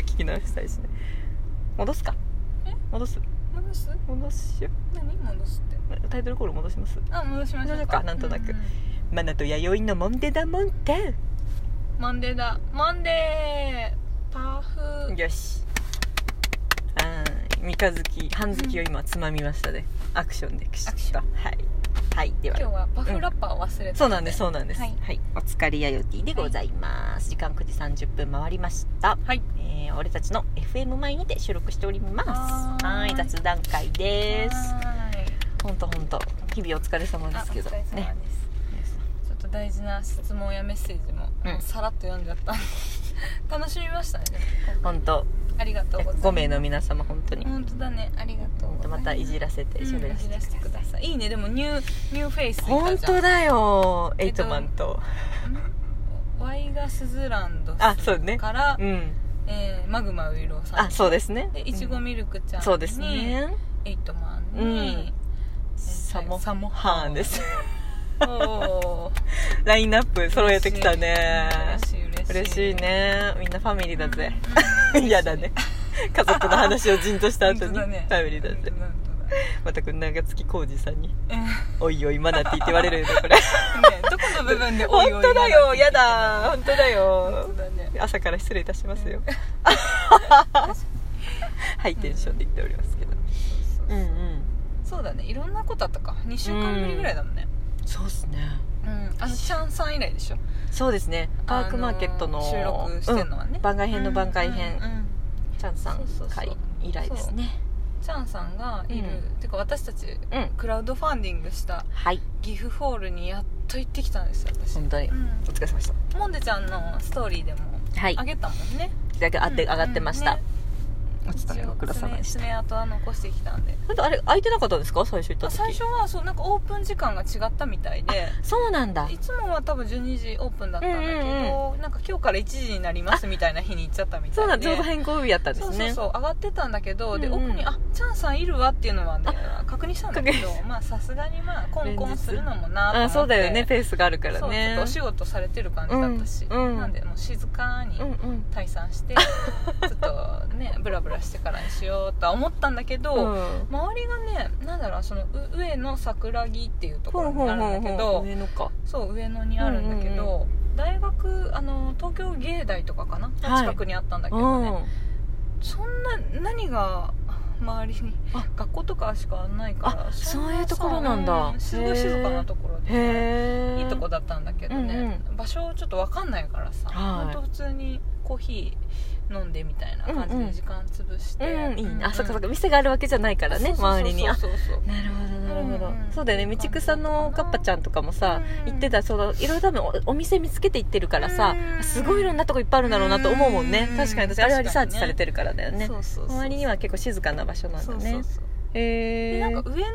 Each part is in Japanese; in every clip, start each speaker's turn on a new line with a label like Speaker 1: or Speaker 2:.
Speaker 1: 話したりして戻すか
Speaker 2: え
Speaker 1: 戻す
Speaker 2: 戻す
Speaker 1: 戻しよ
Speaker 2: 何戻すって
Speaker 1: タイトルコール戻します
Speaker 2: あ戻しましょ
Speaker 1: 戻しま
Speaker 2: う
Speaker 1: しょう
Speaker 2: か
Speaker 1: かなんとなく
Speaker 2: う
Speaker 1: マナと弥生のモンデダモンテ
Speaker 2: マンデーだマンデーパフ
Speaker 1: よしはーい三日月半月を今つまみましたね、アクションでクシ
Speaker 2: アクシ
Speaker 1: ッと
Speaker 2: ョ
Speaker 1: はいはいでは
Speaker 2: 今日はパフラッパーを忘れて、
Speaker 1: そうなんですそうなんです
Speaker 2: は
Speaker 1: はいい、お疲れやよティでございます、時間9時30分回りました
Speaker 2: はい
Speaker 1: えー俺たちの FM 前にて収録しております
Speaker 2: は
Speaker 1: は
Speaker 2: ーい
Speaker 1: ーい雑談会です
Speaker 2: はーい
Speaker 1: ほんとほんと日々お疲れ様で
Speaker 2: あ
Speaker 1: すけど
Speaker 2: お疲れ様です、
Speaker 1: ね
Speaker 2: ちょっと大事な質問やメッセージも、
Speaker 1: うん
Speaker 2: さらっと読んじゃったんで 楽しみましたねでも今
Speaker 1: ほ
Speaker 2: 回
Speaker 1: んと
Speaker 2: ありがとうございます
Speaker 1: 5名の皆様本当に、
Speaker 2: 本当だねありがとう
Speaker 1: ほん
Speaker 2: ござ
Speaker 1: と
Speaker 2: いま
Speaker 1: ますたいじらせて喋
Speaker 2: うん
Speaker 1: ら
Speaker 2: い
Speaker 1: せ
Speaker 2: じ
Speaker 1: てください、
Speaker 2: らせてくださいいいねでもニューニューフェイスできた
Speaker 1: 本
Speaker 2: じゃ
Speaker 1: 当だよエイトマンと、
Speaker 2: んんワイガスズランド
Speaker 1: あそうね
Speaker 2: から、
Speaker 1: うん
Speaker 2: えーマグマウイロウさん
Speaker 1: あそうですね
Speaker 2: でいちごミルクちゃんに
Speaker 1: そうですね
Speaker 2: エイトマンに、
Speaker 1: うんサモ
Speaker 2: サモ
Speaker 1: ハーンです
Speaker 2: おお
Speaker 1: ラインナップ揃えてきたね
Speaker 2: 嬉しい嬉しい
Speaker 1: 嬉しいねみんなファミリーだぜ、
Speaker 2: うんうん
Speaker 1: 嫌だね家族の話をじんとした後にフ
Speaker 2: 本当だね
Speaker 1: ァミリーだって
Speaker 2: 本当だ
Speaker 1: またこの長月浩二さんに
Speaker 2: うんね
Speaker 1: 「おいおいマナティ」って言われるよねこれ
Speaker 2: どこの部分で お
Speaker 1: 本
Speaker 2: いおい
Speaker 1: 当だよ
Speaker 2: 嫌
Speaker 1: やだ本当だ
Speaker 2: 本
Speaker 1: よ
Speaker 2: 当だね
Speaker 1: 朝から失礼いたします よハイテンションで言っておりますけど
Speaker 2: そう
Speaker 1: う
Speaker 2: そ
Speaker 1: ん
Speaker 2: う
Speaker 1: うん
Speaker 2: そうだねいろんなことあったか2週間ぶりぐらいだもんね
Speaker 1: そうっすね
Speaker 2: うんあのチャンさん以来でしょ
Speaker 1: そうですねパークマーケットの
Speaker 2: あ収録してんのはね
Speaker 1: うん番外編の番外編
Speaker 2: うんうんうん
Speaker 1: チャンさん
Speaker 2: そうそうそう
Speaker 1: 会以来ですね
Speaker 2: チャンさんがいる、
Speaker 1: う
Speaker 2: てか私たち
Speaker 1: うん
Speaker 2: クラウドファンディングした
Speaker 1: はい
Speaker 2: ギフホールにやっと行ってきたんですよ私、
Speaker 1: 本当に
Speaker 2: うん
Speaker 1: お疲れ様でし
Speaker 2: モンデちゃんのストーリーでも
Speaker 1: たはい
Speaker 2: あげたもんね、
Speaker 1: だけあって上
Speaker 2: うん
Speaker 1: がってました
Speaker 2: ね
Speaker 1: お勤めご苦労様でした
Speaker 2: 爪爪痕は残してきたんで
Speaker 1: あとあれ空いてなかったんですか最初行った
Speaker 2: あ
Speaker 1: 時
Speaker 2: 最初はそうなんかオープン時間が違ったみたいで
Speaker 1: そうなんだ
Speaker 2: いつもは多分12時オープンだったんだけど、
Speaker 1: うん
Speaker 2: なんか今日から1時になりますみたいな日に行っちゃったみたいで
Speaker 1: そうなんだちょうど変更日やったんです
Speaker 2: そう
Speaker 1: ね
Speaker 2: そうそう上がってたんだけど、で
Speaker 1: うんうん
Speaker 2: 奥に「あチャンさんいるわ」っていうのは、ね、確認したんだけどまあさすがにまあコンコンするのもなと思って
Speaker 1: あそうだよねペースがあるか
Speaker 2: そ
Speaker 1: ら
Speaker 2: うちょっ
Speaker 1: ね
Speaker 2: とお仕事されてる感じだったし、
Speaker 1: うんうん
Speaker 2: なんでもう静かに
Speaker 1: うんうん
Speaker 2: 退散 して、ちょっとねブラブラしてからにしようとは思ったんだけど、
Speaker 1: うん
Speaker 2: 周りがねなんだろうそのう上野桜木っていうところになるんだ
Speaker 1: ほうほう
Speaker 2: けど
Speaker 1: ほうほう上のか
Speaker 2: そう上野にあるんだけ
Speaker 1: う
Speaker 2: ど、
Speaker 1: ん
Speaker 2: 大学あの東京芸大とかかな、
Speaker 1: はい
Speaker 2: 近くにあったんだけ
Speaker 1: う
Speaker 2: どね、
Speaker 1: ん
Speaker 2: そんな何が周りに
Speaker 1: あ
Speaker 2: 学校とかしかないから
Speaker 1: あ
Speaker 2: んな
Speaker 1: そういうところなんだ
Speaker 2: うすごい
Speaker 1: へー
Speaker 2: 静かなところで
Speaker 1: へえ
Speaker 2: いいとこだったんだけどね、場所ちょっと分かんないからさ、
Speaker 1: はい
Speaker 2: ほんと普通にコーヒー飲んでみたいな感じ
Speaker 1: うんう
Speaker 2: で
Speaker 1: ん
Speaker 2: 時間潰して、
Speaker 1: うんいいねあそっかそっ
Speaker 2: か
Speaker 1: か店があるわけじゃないからね周りにあ
Speaker 2: そうそうそう
Speaker 1: なるほどなるほど、
Speaker 2: うんうん
Speaker 1: そうだよね道草のかっぱちゃんとかもさ、
Speaker 2: うんうん
Speaker 1: 行ってたそのいろいろ多分おお店見つけて行ってるからさ、
Speaker 2: うん
Speaker 1: すごいいろんなとこいっぱいあるんだろうなと思うもんね、
Speaker 2: うん
Speaker 1: 確かに
Speaker 2: 確
Speaker 1: 私
Speaker 2: か
Speaker 1: あ
Speaker 2: にね
Speaker 1: れはリサーチされてるからだよね
Speaker 2: そうそうそう
Speaker 1: 周りには結構静かな場所なんだ
Speaker 2: そう
Speaker 1: ね
Speaker 2: そうそう
Speaker 1: へ
Speaker 2: で
Speaker 1: え
Speaker 2: なんか上野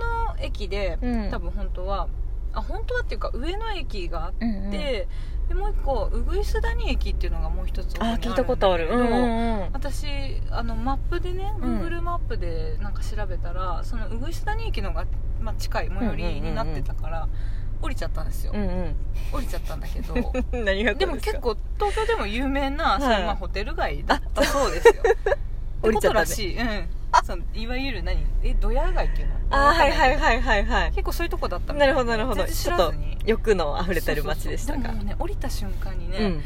Speaker 2: 駅で、
Speaker 1: うん
Speaker 2: 多分本当はあ本当はっていうか上野駅があっ
Speaker 1: うんうん
Speaker 2: て、でもう一個鶯須谷駅っていうのがもう一つ奥に
Speaker 1: あ
Speaker 2: あ
Speaker 1: ー聞いたことある
Speaker 2: る
Speaker 1: うんん
Speaker 2: だけど
Speaker 1: うんうん
Speaker 2: 私あのマップでね
Speaker 1: うん
Speaker 2: Google マップでなんか調べたら、その鶯須谷駅のが、まあ、近い最寄りになってたから、降りちゃったんですよ、
Speaker 1: うん
Speaker 2: 降りちゃったんだけど
Speaker 1: うん 何があっ
Speaker 2: で
Speaker 1: たん
Speaker 2: も
Speaker 1: ですか
Speaker 2: 結構東京でも有名な、
Speaker 1: はい
Speaker 2: そういうまあホテル街だったそうですよ
Speaker 1: 降りちゃ
Speaker 2: ってこ
Speaker 1: ったね
Speaker 2: とらしい、うん、そのいわゆる何えドヤ街っていうの
Speaker 1: あーはいはい
Speaker 2: い
Speaker 1: はいはいはい
Speaker 2: 結構そういうとこだったみた
Speaker 1: ないるほどなるほど
Speaker 2: 全然
Speaker 1: ち
Speaker 2: 知
Speaker 1: ょっ
Speaker 2: ら
Speaker 1: と
Speaker 2: ずに
Speaker 1: 欲の溢れてる街でしたか
Speaker 2: そうそうそうでももうね降りた瞬間にね、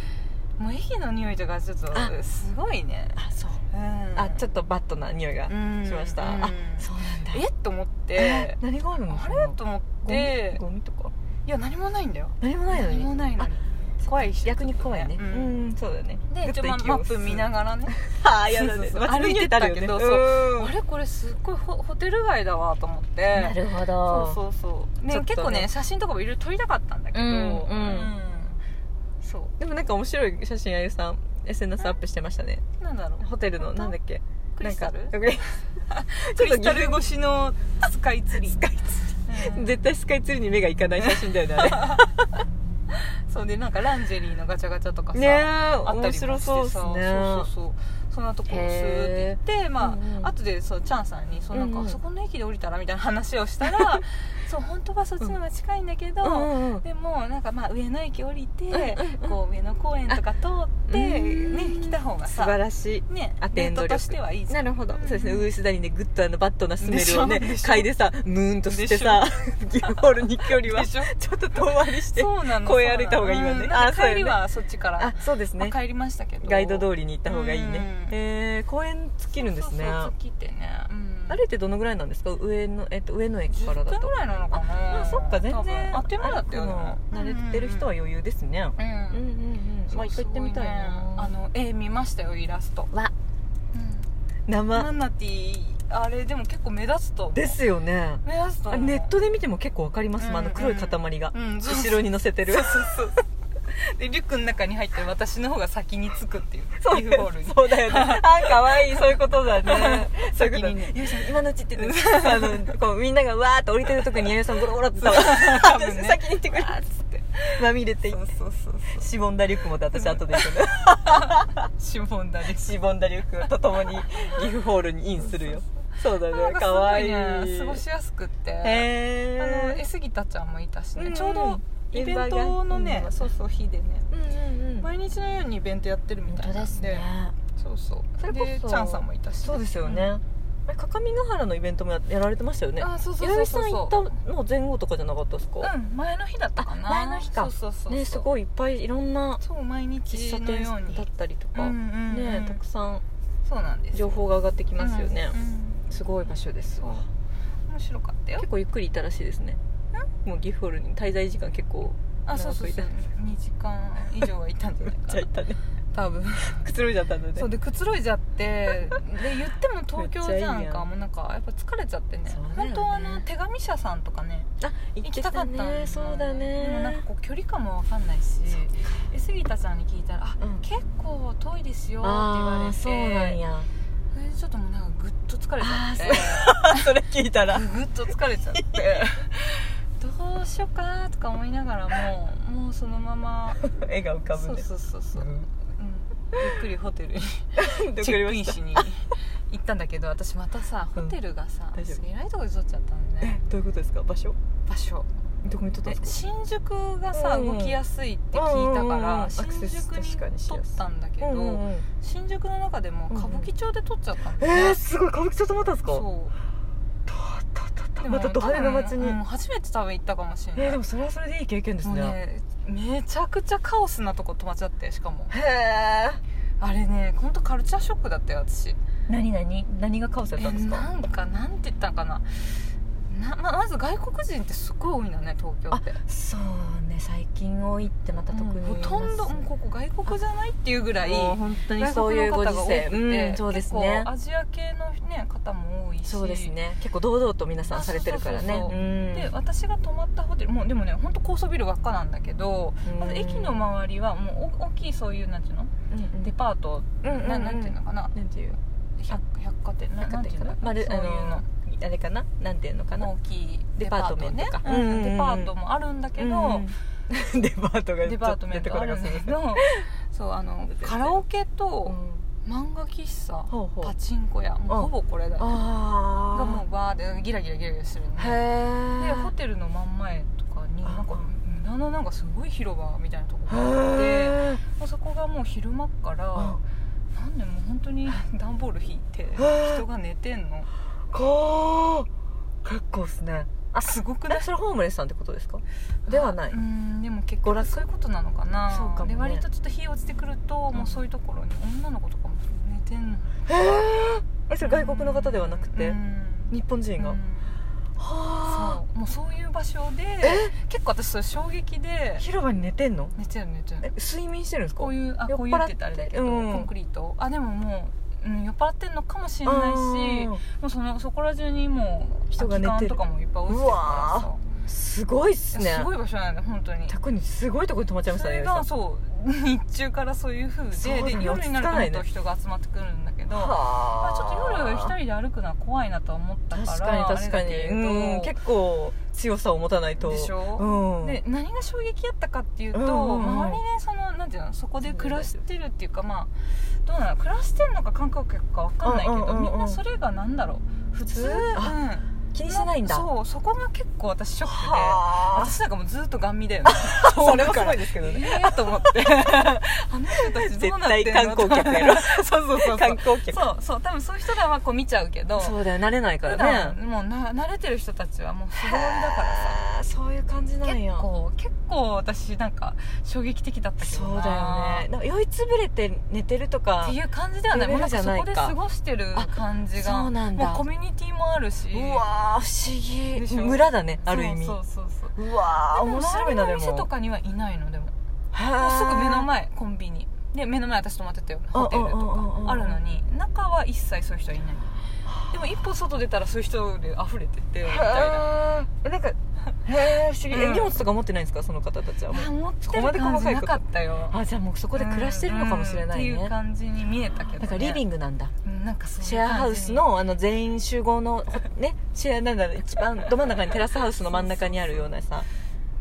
Speaker 2: もう駅の匂いとかちょっと
Speaker 1: あ
Speaker 2: すごいね
Speaker 1: あそう
Speaker 2: うん
Speaker 1: あちょっとバッドな匂いが
Speaker 2: うん
Speaker 1: しました、
Speaker 2: うん
Speaker 1: あそうなんだ
Speaker 2: えっと思って
Speaker 1: 何があるの
Speaker 2: あ
Speaker 1: そんな
Speaker 2: れと思って
Speaker 1: ゴミゴミとか
Speaker 2: いや何もないんだよ
Speaker 1: 何もないの
Speaker 2: 何
Speaker 1: に
Speaker 2: もないのに怖いし
Speaker 1: 逆に怖いね
Speaker 2: う
Speaker 1: うんん、そうだよね
Speaker 2: で一応まマップ見な
Speaker 1: が
Speaker 2: がらね
Speaker 1: ら あーやだね
Speaker 2: そうそうそう
Speaker 1: 街に出
Speaker 2: 歩いてたけどそあれこれすっごいホホテル街だわと思って
Speaker 1: なるほ
Speaker 2: そう
Speaker 1: ど
Speaker 2: そうそう、
Speaker 1: ち
Speaker 2: ね
Speaker 1: ょっとね
Speaker 2: 結構ね写真とかもいろいろ撮りたかったんだけど、
Speaker 1: うんうん
Speaker 2: そ
Speaker 1: でもなんか面白い写真あゆさん SNS アップしてましたね
Speaker 2: うなんだろう
Speaker 1: ホテルの
Speaker 2: 本当
Speaker 1: なんだっけ
Speaker 2: クリスタル
Speaker 1: なんか
Speaker 2: ク
Speaker 1: ちょっ
Speaker 2: リ
Speaker 1: と
Speaker 2: ス
Speaker 1: 岐
Speaker 2: タ
Speaker 1: 阜
Speaker 2: ル越しのスカイツリースカイツリ
Speaker 1: 絶対スカイツリーに目がいかない写真だよね あ
Speaker 2: そうでなんかランジェリーのガチャガチャとかさ、
Speaker 1: れねえ
Speaker 2: あったりも
Speaker 1: 面
Speaker 2: してさ
Speaker 1: 白そうですね
Speaker 2: そうそうそうそんなとこをスーって行って、まあ
Speaker 1: うんうん
Speaker 2: 後でそうチャンさんにそうなんか、
Speaker 1: うんうん
Speaker 2: あそこの駅で降りたらみたいな話をしたらそう本当はそっちの方が近いんだけど、
Speaker 1: うんうん
Speaker 2: でもなんかまあ上野駅降りて、
Speaker 1: うんうん
Speaker 2: こう上野公園とか通って、
Speaker 1: うん
Speaker 2: ね来た方が
Speaker 1: 素晴
Speaker 2: さ
Speaker 1: らしい
Speaker 2: ね
Speaker 1: アテンド力
Speaker 2: ルートとしてはいいじゃ
Speaker 1: なんるほど、
Speaker 2: うん
Speaker 1: そうですねウグイスダニでグッとあのバットなスメルをね
Speaker 2: でしょ
Speaker 1: 嗅いでさムーンとしてさギブホールに距離は
Speaker 2: で
Speaker 1: ち
Speaker 2: しょ
Speaker 1: ょっと遠回りして
Speaker 2: そうなの
Speaker 1: 公園歩いた方がいいわね
Speaker 2: うんなん
Speaker 1: あそ
Speaker 2: か
Speaker 1: うよね
Speaker 2: 帰りはそっちから、
Speaker 1: あそうです
Speaker 2: ま
Speaker 1: ね
Speaker 2: あ帰りましたけど
Speaker 1: ガイド通
Speaker 2: り
Speaker 1: りに行った方がいいね
Speaker 2: うん
Speaker 1: えー、公園尽きるんですね
Speaker 2: そうそう来てね、うん、
Speaker 1: 歩いてどのぐらいなんですか上の,、えっと、上の駅か
Speaker 2: 10
Speaker 1: らだ
Speaker 2: 分
Speaker 1: と
Speaker 2: ぐらいなのかな
Speaker 1: まあそっか全
Speaker 2: 多
Speaker 1: 然
Speaker 2: 分あっという間だったよでも
Speaker 1: 歩くの慣れてる人は余裕ですね、
Speaker 2: う
Speaker 1: うん、
Speaker 2: ん、
Speaker 1: うんうん
Speaker 2: そう
Speaker 1: まあ一回行ってみたいな
Speaker 2: すごねあの絵見ましたよイラスト、
Speaker 1: わ
Speaker 2: うん、ナ
Speaker 1: 生
Speaker 2: ナティあれでも結構目立つと思う
Speaker 1: ですよね
Speaker 2: 目立つと
Speaker 1: あ
Speaker 2: 思う
Speaker 1: ネットで見ても結構わかりますもん、あの黒い塊が、
Speaker 2: うんそう
Speaker 1: 後ろに乗せてる
Speaker 2: そうそうそうでリュックの中に入って私の方が先に着くっていう
Speaker 1: そう
Speaker 2: リフホールに
Speaker 1: そうだよね。あ、可愛いそういうことだね。そういうこ
Speaker 2: 先
Speaker 1: と。
Speaker 2: にね
Speaker 1: ゆうさん、今のうちって言って、あの、こう、みんながわーっと降りてる時に、ゆうさんゴロゴロってたわ。
Speaker 2: 多分ね
Speaker 1: 先に行ってくれ。
Speaker 2: わーっつって
Speaker 1: まみれていって。
Speaker 2: そうそうそう
Speaker 1: しぼんだリュックもって私後で行くの。
Speaker 2: シボンだね
Speaker 1: しぼんだリュックと共にギフホールにインするよ。そうだ
Speaker 2: なん
Speaker 1: ね。
Speaker 2: かす
Speaker 1: 可
Speaker 2: ご
Speaker 1: 愛
Speaker 2: い
Speaker 1: い
Speaker 2: ね過ごしやすくってあ
Speaker 1: へ
Speaker 2: の
Speaker 1: ー
Speaker 2: え。杉田ちゃんもいたし
Speaker 1: うんう
Speaker 2: ね
Speaker 1: ん
Speaker 2: ちょうどイベントの
Speaker 1: メンバーがう
Speaker 2: ね
Speaker 1: ん
Speaker 2: そうそう日でね
Speaker 1: うんうんうん。
Speaker 2: 毎日のようにイベントやってるみ
Speaker 1: 本
Speaker 2: た
Speaker 1: 当
Speaker 2: いな
Speaker 1: で
Speaker 2: ん
Speaker 1: す
Speaker 2: で
Speaker 1: ね。
Speaker 2: そうそう
Speaker 1: それこそ
Speaker 2: でチャンさんもいたし
Speaker 1: そうですよね。あれ各務原のイベントもややられてましたよね。
Speaker 2: あそうそう
Speaker 1: 弥
Speaker 2: そう
Speaker 1: 生
Speaker 2: そ
Speaker 1: さ
Speaker 2: うん
Speaker 1: 行ったの前後とかじゃなかったですか
Speaker 2: う、ん前の日だったかな
Speaker 1: あ前の日か
Speaker 2: そうそうそうそう
Speaker 1: ねすごいいっぱいいろんな
Speaker 2: そう毎
Speaker 1: 喫茶
Speaker 2: 日の
Speaker 1: 店
Speaker 2: ように
Speaker 1: だったりと
Speaker 2: うん
Speaker 1: か、
Speaker 2: うんうん
Speaker 1: ねたくさん
Speaker 2: そうなんです
Speaker 1: 情報が上がってきますよね、
Speaker 2: うんうん
Speaker 1: すごい場所ですわ
Speaker 2: 面白かったよ
Speaker 1: 結構ゆっくりいたらしいですねもうギフホールに滞在時間結構
Speaker 2: あそうそうそう2時間以上はいたんじゃない か
Speaker 1: じゃ
Speaker 2: な
Speaker 1: あいたね
Speaker 2: 多分
Speaker 1: くつろいじゃったので
Speaker 2: そうでくつろいじゃってで言っても東京じゃ
Speaker 1: めっちゃい
Speaker 2: ん
Speaker 1: いや
Speaker 2: か
Speaker 1: ん
Speaker 2: もうなんかやっぱ疲れちゃってね
Speaker 1: そうだよね
Speaker 2: 本当はあの手紙社さんとかね
Speaker 1: あ行
Speaker 2: 行
Speaker 1: って
Speaker 2: き
Speaker 1: た
Speaker 2: たかったん
Speaker 1: ねそうだね
Speaker 2: でもなんかこう距離感もわかんないしえ杉田さんに聞いたら「あ、
Speaker 1: うん
Speaker 2: 結構遠いですよ」って言わ
Speaker 1: ああ
Speaker 2: れて
Speaker 1: そうなん や
Speaker 2: それでちょっともうなんかぐっと疲れちゃって
Speaker 1: あ それ聞いたら
Speaker 2: ぐっと疲れちゃってどうしようかなとか思いながらももうそのまま
Speaker 1: 笑顔浮かぶ
Speaker 2: そう
Speaker 1: ね
Speaker 2: そうそうそう、うん、ゆっくりホテル に
Speaker 1: うんで
Speaker 2: チ
Speaker 1: 送りま
Speaker 2: ェックイン
Speaker 1: した
Speaker 2: しに行ったんだけど私またさ
Speaker 1: う
Speaker 2: ホ
Speaker 1: ん
Speaker 2: テルがさ、
Speaker 1: 大丈夫
Speaker 2: すげえらいとこに取っちゃったんで、ね、
Speaker 1: どういうことですか場所
Speaker 2: 場所
Speaker 1: どこに撮った
Speaker 2: え
Speaker 1: んですか
Speaker 2: 新宿がさ、
Speaker 1: うんうん
Speaker 2: 動きやすいって聞いたか
Speaker 1: うんうんうん
Speaker 2: ら、
Speaker 1: アク
Speaker 2: 新
Speaker 1: セス
Speaker 2: 宿に
Speaker 1: 確かにし
Speaker 2: 取
Speaker 1: や
Speaker 2: っ
Speaker 1: すい
Speaker 2: たんだけど、
Speaker 1: うんうんうん
Speaker 2: 新宿の中でも歌舞伎町で取っちゃったんだよね、
Speaker 1: えー、すごい歌舞伎町泊まったんですか
Speaker 2: そう
Speaker 1: たたた
Speaker 2: でも
Speaker 1: またド派手な街に、
Speaker 2: 多分うん初めて多分行ったかもしれない、
Speaker 1: えー、でもそれはそれでいい経験です
Speaker 2: もう
Speaker 1: ね
Speaker 2: ねめちゃくちゃカオスなとこ泊まっちゃってしかも
Speaker 1: へえ
Speaker 2: あれね本当カルチャーショックだったよ私
Speaker 1: 何何何がカオスだったんです
Speaker 2: え
Speaker 1: か
Speaker 2: なんかなんて言ったのかななままず外国人ってすごい多いんだね東京って
Speaker 1: そうね最近多いってまた特に
Speaker 2: うんほとんどもうここ外国じゃないっていうぐらい
Speaker 1: もう本当にそういうご時世うんそうですね
Speaker 2: 結構アジア系の、ね、方も多いし
Speaker 1: そうですね結構堂々と皆さんされてるからね
Speaker 2: あそうそうそうそ
Speaker 1: ん
Speaker 2: で私が泊まったホテルもうでもね本当高層ビルばっかなんだけど、
Speaker 1: うん
Speaker 2: まず駅の周りはもうお大きいそういうなんていうの
Speaker 1: うんうん
Speaker 2: デパート、
Speaker 1: うんうんうん
Speaker 2: ななんていうのかな
Speaker 1: なんていう
Speaker 2: 百百貨店ななんていうの
Speaker 1: まあで
Speaker 2: そう
Speaker 1: あ
Speaker 2: いう
Speaker 1: のあれかななんていうのか
Speaker 2: の
Speaker 1: な
Speaker 2: 大きい
Speaker 1: デ
Speaker 2: デ
Speaker 1: パ
Speaker 2: パ
Speaker 1: ー
Speaker 2: ー
Speaker 1: ト
Speaker 2: ト
Speaker 1: メン
Speaker 2: ね
Speaker 1: トか
Speaker 2: うん
Speaker 1: うんうんうん
Speaker 2: デパートもあるんだけど、
Speaker 1: うん デパートが
Speaker 2: デパートメン
Speaker 1: ちょっと出て
Speaker 2: ト
Speaker 1: こな
Speaker 2: ある
Speaker 1: か
Speaker 2: ん
Speaker 1: った
Speaker 2: だ
Speaker 1: で
Speaker 2: け
Speaker 1: すね
Speaker 2: どそうあのカラオケと漫画喫茶
Speaker 1: ほうほう
Speaker 2: パチンコ屋もうほぼこれだよ
Speaker 1: あ
Speaker 2: がも
Speaker 1: あ
Speaker 2: うバーでギラギラギラギラしてるの
Speaker 1: へ
Speaker 2: ね
Speaker 1: え
Speaker 2: でホテルの真ん前とかになんか無駄ななんかすごい広場みたいなとこがあって
Speaker 1: へえ
Speaker 2: もうそこがもう昼間っからなんでもう本当に段ボール引いて
Speaker 1: ー
Speaker 2: 人が寝てんの
Speaker 1: こう結構ですね
Speaker 2: あすごくない
Speaker 1: えそれホームレスさんってことですかではないう
Speaker 2: ーんでも結
Speaker 1: 娯
Speaker 2: 構
Speaker 1: 楽
Speaker 2: そういうことなのかな
Speaker 1: そうかもね
Speaker 2: で割とちょっと日落ちてくると、
Speaker 1: うん
Speaker 2: もうそういうところに女の子とかも寝てんの
Speaker 1: へえそれ外国の方ではなくて
Speaker 2: うん
Speaker 1: 日本人が
Speaker 2: う
Speaker 1: は
Speaker 2: ん
Speaker 1: あ
Speaker 2: そうもうそういう場所で結構私それ衝撃で
Speaker 1: 広場に寝てんの
Speaker 2: 寝てる寝て
Speaker 1: え
Speaker 2: る
Speaker 1: 睡眠してるんですか
Speaker 2: こういうあ
Speaker 1: 酔っ払って
Speaker 2: こういうって言ったらあれだけど、
Speaker 1: うん
Speaker 2: コンクリートあでももう、うん、酔っ払ってんのかもしれないしも
Speaker 1: あ
Speaker 2: うそのそこら中にもう
Speaker 1: 人が寝てる
Speaker 2: 空き缶とかもいっぱい落ちてるからさ
Speaker 1: ーすごいっす
Speaker 2: いや
Speaker 1: ね
Speaker 2: すごい場所なんだよ本当に
Speaker 1: 特にすごいとこに泊まっちゃいまし
Speaker 2: そ
Speaker 1: たね
Speaker 2: れ
Speaker 1: 岩井さ
Speaker 2: が
Speaker 1: ん
Speaker 2: そう日中からそういう風
Speaker 1: そうだ
Speaker 2: で
Speaker 1: ね
Speaker 2: で夜になる
Speaker 1: 落ち着か
Speaker 2: とも
Speaker 1: ない
Speaker 2: っ
Speaker 1: ね
Speaker 2: と人が集まってくるんだけど、ま
Speaker 1: は
Speaker 2: あ、ちょっと夜一人で歩くのは怖いなとは思ったから
Speaker 1: 確かに確か
Speaker 2: あ
Speaker 1: に
Speaker 2: れだけれど
Speaker 1: うん結構強さを持たないと
Speaker 2: でし
Speaker 1: う
Speaker 2: ょ、
Speaker 1: ん、
Speaker 2: で何が衝撃やったかっていうと、
Speaker 1: うんうんうん
Speaker 2: 周りでそのなんていうのそこで暮らしてるっていうかまあどうなの暮らしてるのか観光客か分かんないけど、
Speaker 1: うんうんうんうん
Speaker 2: みんなそれがなんだろう普通
Speaker 1: 普通あ気にしてないんだ
Speaker 2: そうそこが結構私ショックで
Speaker 1: はあ
Speaker 2: 私なんかもうずっとガン 見だよね
Speaker 1: それはすごいですけどね
Speaker 2: ええと思って あの人たちどうなってんの
Speaker 1: 絶対観光客やろ
Speaker 2: そうそうそうそ
Speaker 1: 観
Speaker 2: う
Speaker 1: 光客
Speaker 2: そうそう多分そういう人らはこう見ちゃうけど
Speaker 1: そうだよ慣れないか
Speaker 2: 普
Speaker 1: ら
Speaker 2: 段
Speaker 1: ね
Speaker 2: もうな慣れてる人たちはもう素通りだからさ
Speaker 1: さそういう感じなんや
Speaker 2: 結構結構私なんか衝撃的だったけ
Speaker 1: そ
Speaker 2: ど
Speaker 1: う
Speaker 2: な
Speaker 1: だよねなんか酔いつぶれて寝てるとか
Speaker 2: っていう感じではない
Speaker 1: レ
Speaker 2: もう
Speaker 1: ベル
Speaker 2: なん
Speaker 1: じゃ
Speaker 2: かそ
Speaker 1: ない
Speaker 2: こ
Speaker 1: か
Speaker 2: で過ごしてる感じが
Speaker 1: あそうなんだ
Speaker 2: もうコミュニティもあるし
Speaker 1: うわー不
Speaker 2: で
Speaker 1: 思
Speaker 2: し
Speaker 1: 議
Speaker 2: ょ
Speaker 1: 村だねある意味
Speaker 2: そうそうそうそう
Speaker 1: うわー
Speaker 2: でも
Speaker 1: 面白いなでも
Speaker 2: 周りの店とかにはいないのでももう
Speaker 1: は
Speaker 2: す
Speaker 1: ー
Speaker 2: ぐ目の前コンビニで目の前私泊まってたような
Speaker 1: うん
Speaker 2: ホテルと
Speaker 1: うんうんうんうん
Speaker 2: かあるのに中は一切そういう人はいないでも一歩外出たらそういう人で溢れててみたいな
Speaker 1: へーえなん かへえ不思議、え
Speaker 2: うん
Speaker 1: 荷物とか持ってないんですかその方たちはもう
Speaker 2: あ持って
Speaker 1: そこま
Speaker 2: る
Speaker 1: で
Speaker 2: 感
Speaker 1: 細
Speaker 2: じ
Speaker 1: かい
Speaker 2: な
Speaker 1: こと
Speaker 2: かったよ
Speaker 1: あじゃあもうそこで暮らしてるのかもしれないね、
Speaker 2: うんうんっていう感じに見えたけど、ね、
Speaker 1: なんかリビ
Speaker 2: ン
Speaker 1: ングなんだ
Speaker 2: グなんかそういう感じ
Speaker 1: シェアハウスのあの全員集合のほねシェアなんだろう一番ど真ん中にテラスハウスの真ん中にあるようなさ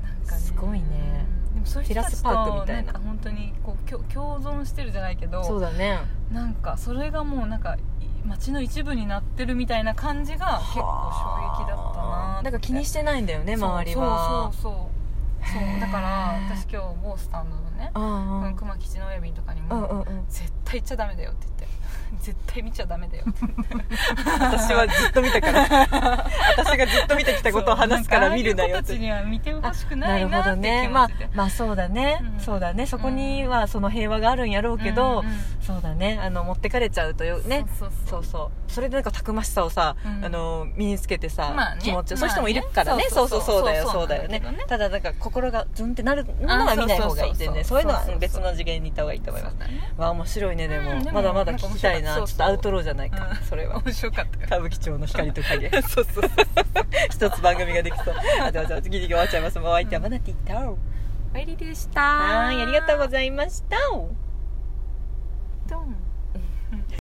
Speaker 2: なんかね
Speaker 1: すごいね
Speaker 2: うんでもそういう人た
Speaker 1: テラス
Speaker 2: ち
Speaker 1: パ
Speaker 2: と
Speaker 1: ークみたい
Speaker 2: ん
Speaker 1: な
Speaker 2: か本当にこうきょ共存してるじゃないけ
Speaker 1: そう
Speaker 2: ど
Speaker 1: だね
Speaker 2: なんかそれがもうなんかい街の一部になってるみたいな感じが結構衝撃だったな
Speaker 1: なんか気にしてないんだよね
Speaker 2: て
Speaker 1: 周りは
Speaker 2: そうそうそう
Speaker 1: へ
Speaker 2: そ
Speaker 1: ー
Speaker 2: うだから私今日某スタンドのね
Speaker 1: う
Speaker 2: うん
Speaker 1: うん
Speaker 2: ん熊吉の親便とかに
Speaker 1: うんう
Speaker 2: も
Speaker 1: んうん
Speaker 2: 「絶対行っちゃダメだよ」って言って 「絶対見ちゃダメだよ」って
Speaker 1: 私はずっと見たから 私がずっと見てきたことを話すから見るなよ
Speaker 2: そうなんかああいう子たちには見てほしく
Speaker 1: な
Speaker 2: な
Speaker 1: る
Speaker 2: い
Speaker 1: ほ
Speaker 2: な
Speaker 1: ど
Speaker 2: って
Speaker 1: ね
Speaker 2: 気
Speaker 1: ま
Speaker 2: 持
Speaker 1: あ
Speaker 2: ちで、
Speaker 1: まあそうだね、
Speaker 2: うん
Speaker 1: そうだねそこにはその平和があるんやろうけど、
Speaker 2: うんうん
Speaker 1: そうだねあの持ってかれちゃうとよね
Speaker 2: そうそうそ
Speaker 1: そううそうそれでなんかたくましさをさ、
Speaker 2: うん
Speaker 1: あの身につけてさ、
Speaker 2: まあね
Speaker 1: 気持ちをそういう人もいるからね,、
Speaker 2: まあね
Speaker 1: そうそうそうだよ
Speaker 2: そ
Speaker 1: そう
Speaker 2: そう
Speaker 1: うだよね
Speaker 2: そうなんだけどね
Speaker 1: ただなんか心がズンってなるのは見ない方がいい全然
Speaker 2: あ
Speaker 1: そ
Speaker 2: そうう
Speaker 1: いう
Speaker 2: そうそうそう
Speaker 1: のは
Speaker 2: そうそう
Speaker 1: 別の次元に行った方がいいと思います
Speaker 2: そうだね
Speaker 1: わあ面白いねでも,、
Speaker 2: うんでも
Speaker 1: まだまだ聞きたいな
Speaker 2: なんか面白い
Speaker 1: ちょっとアウトローじゃないか、
Speaker 2: うん
Speaker 1: それは
Speaker 2: 面白かったよ
Speaker 1: 歌舞伎町の光と 影 そうそう一つ番組ができそうあじゃあじゃあギリギリ終わっちゃいますもうお相手はマナティタオ
Speaker 2: お帰りでした
Speaker 1: はいありがとうございました
Speaker 2: ドン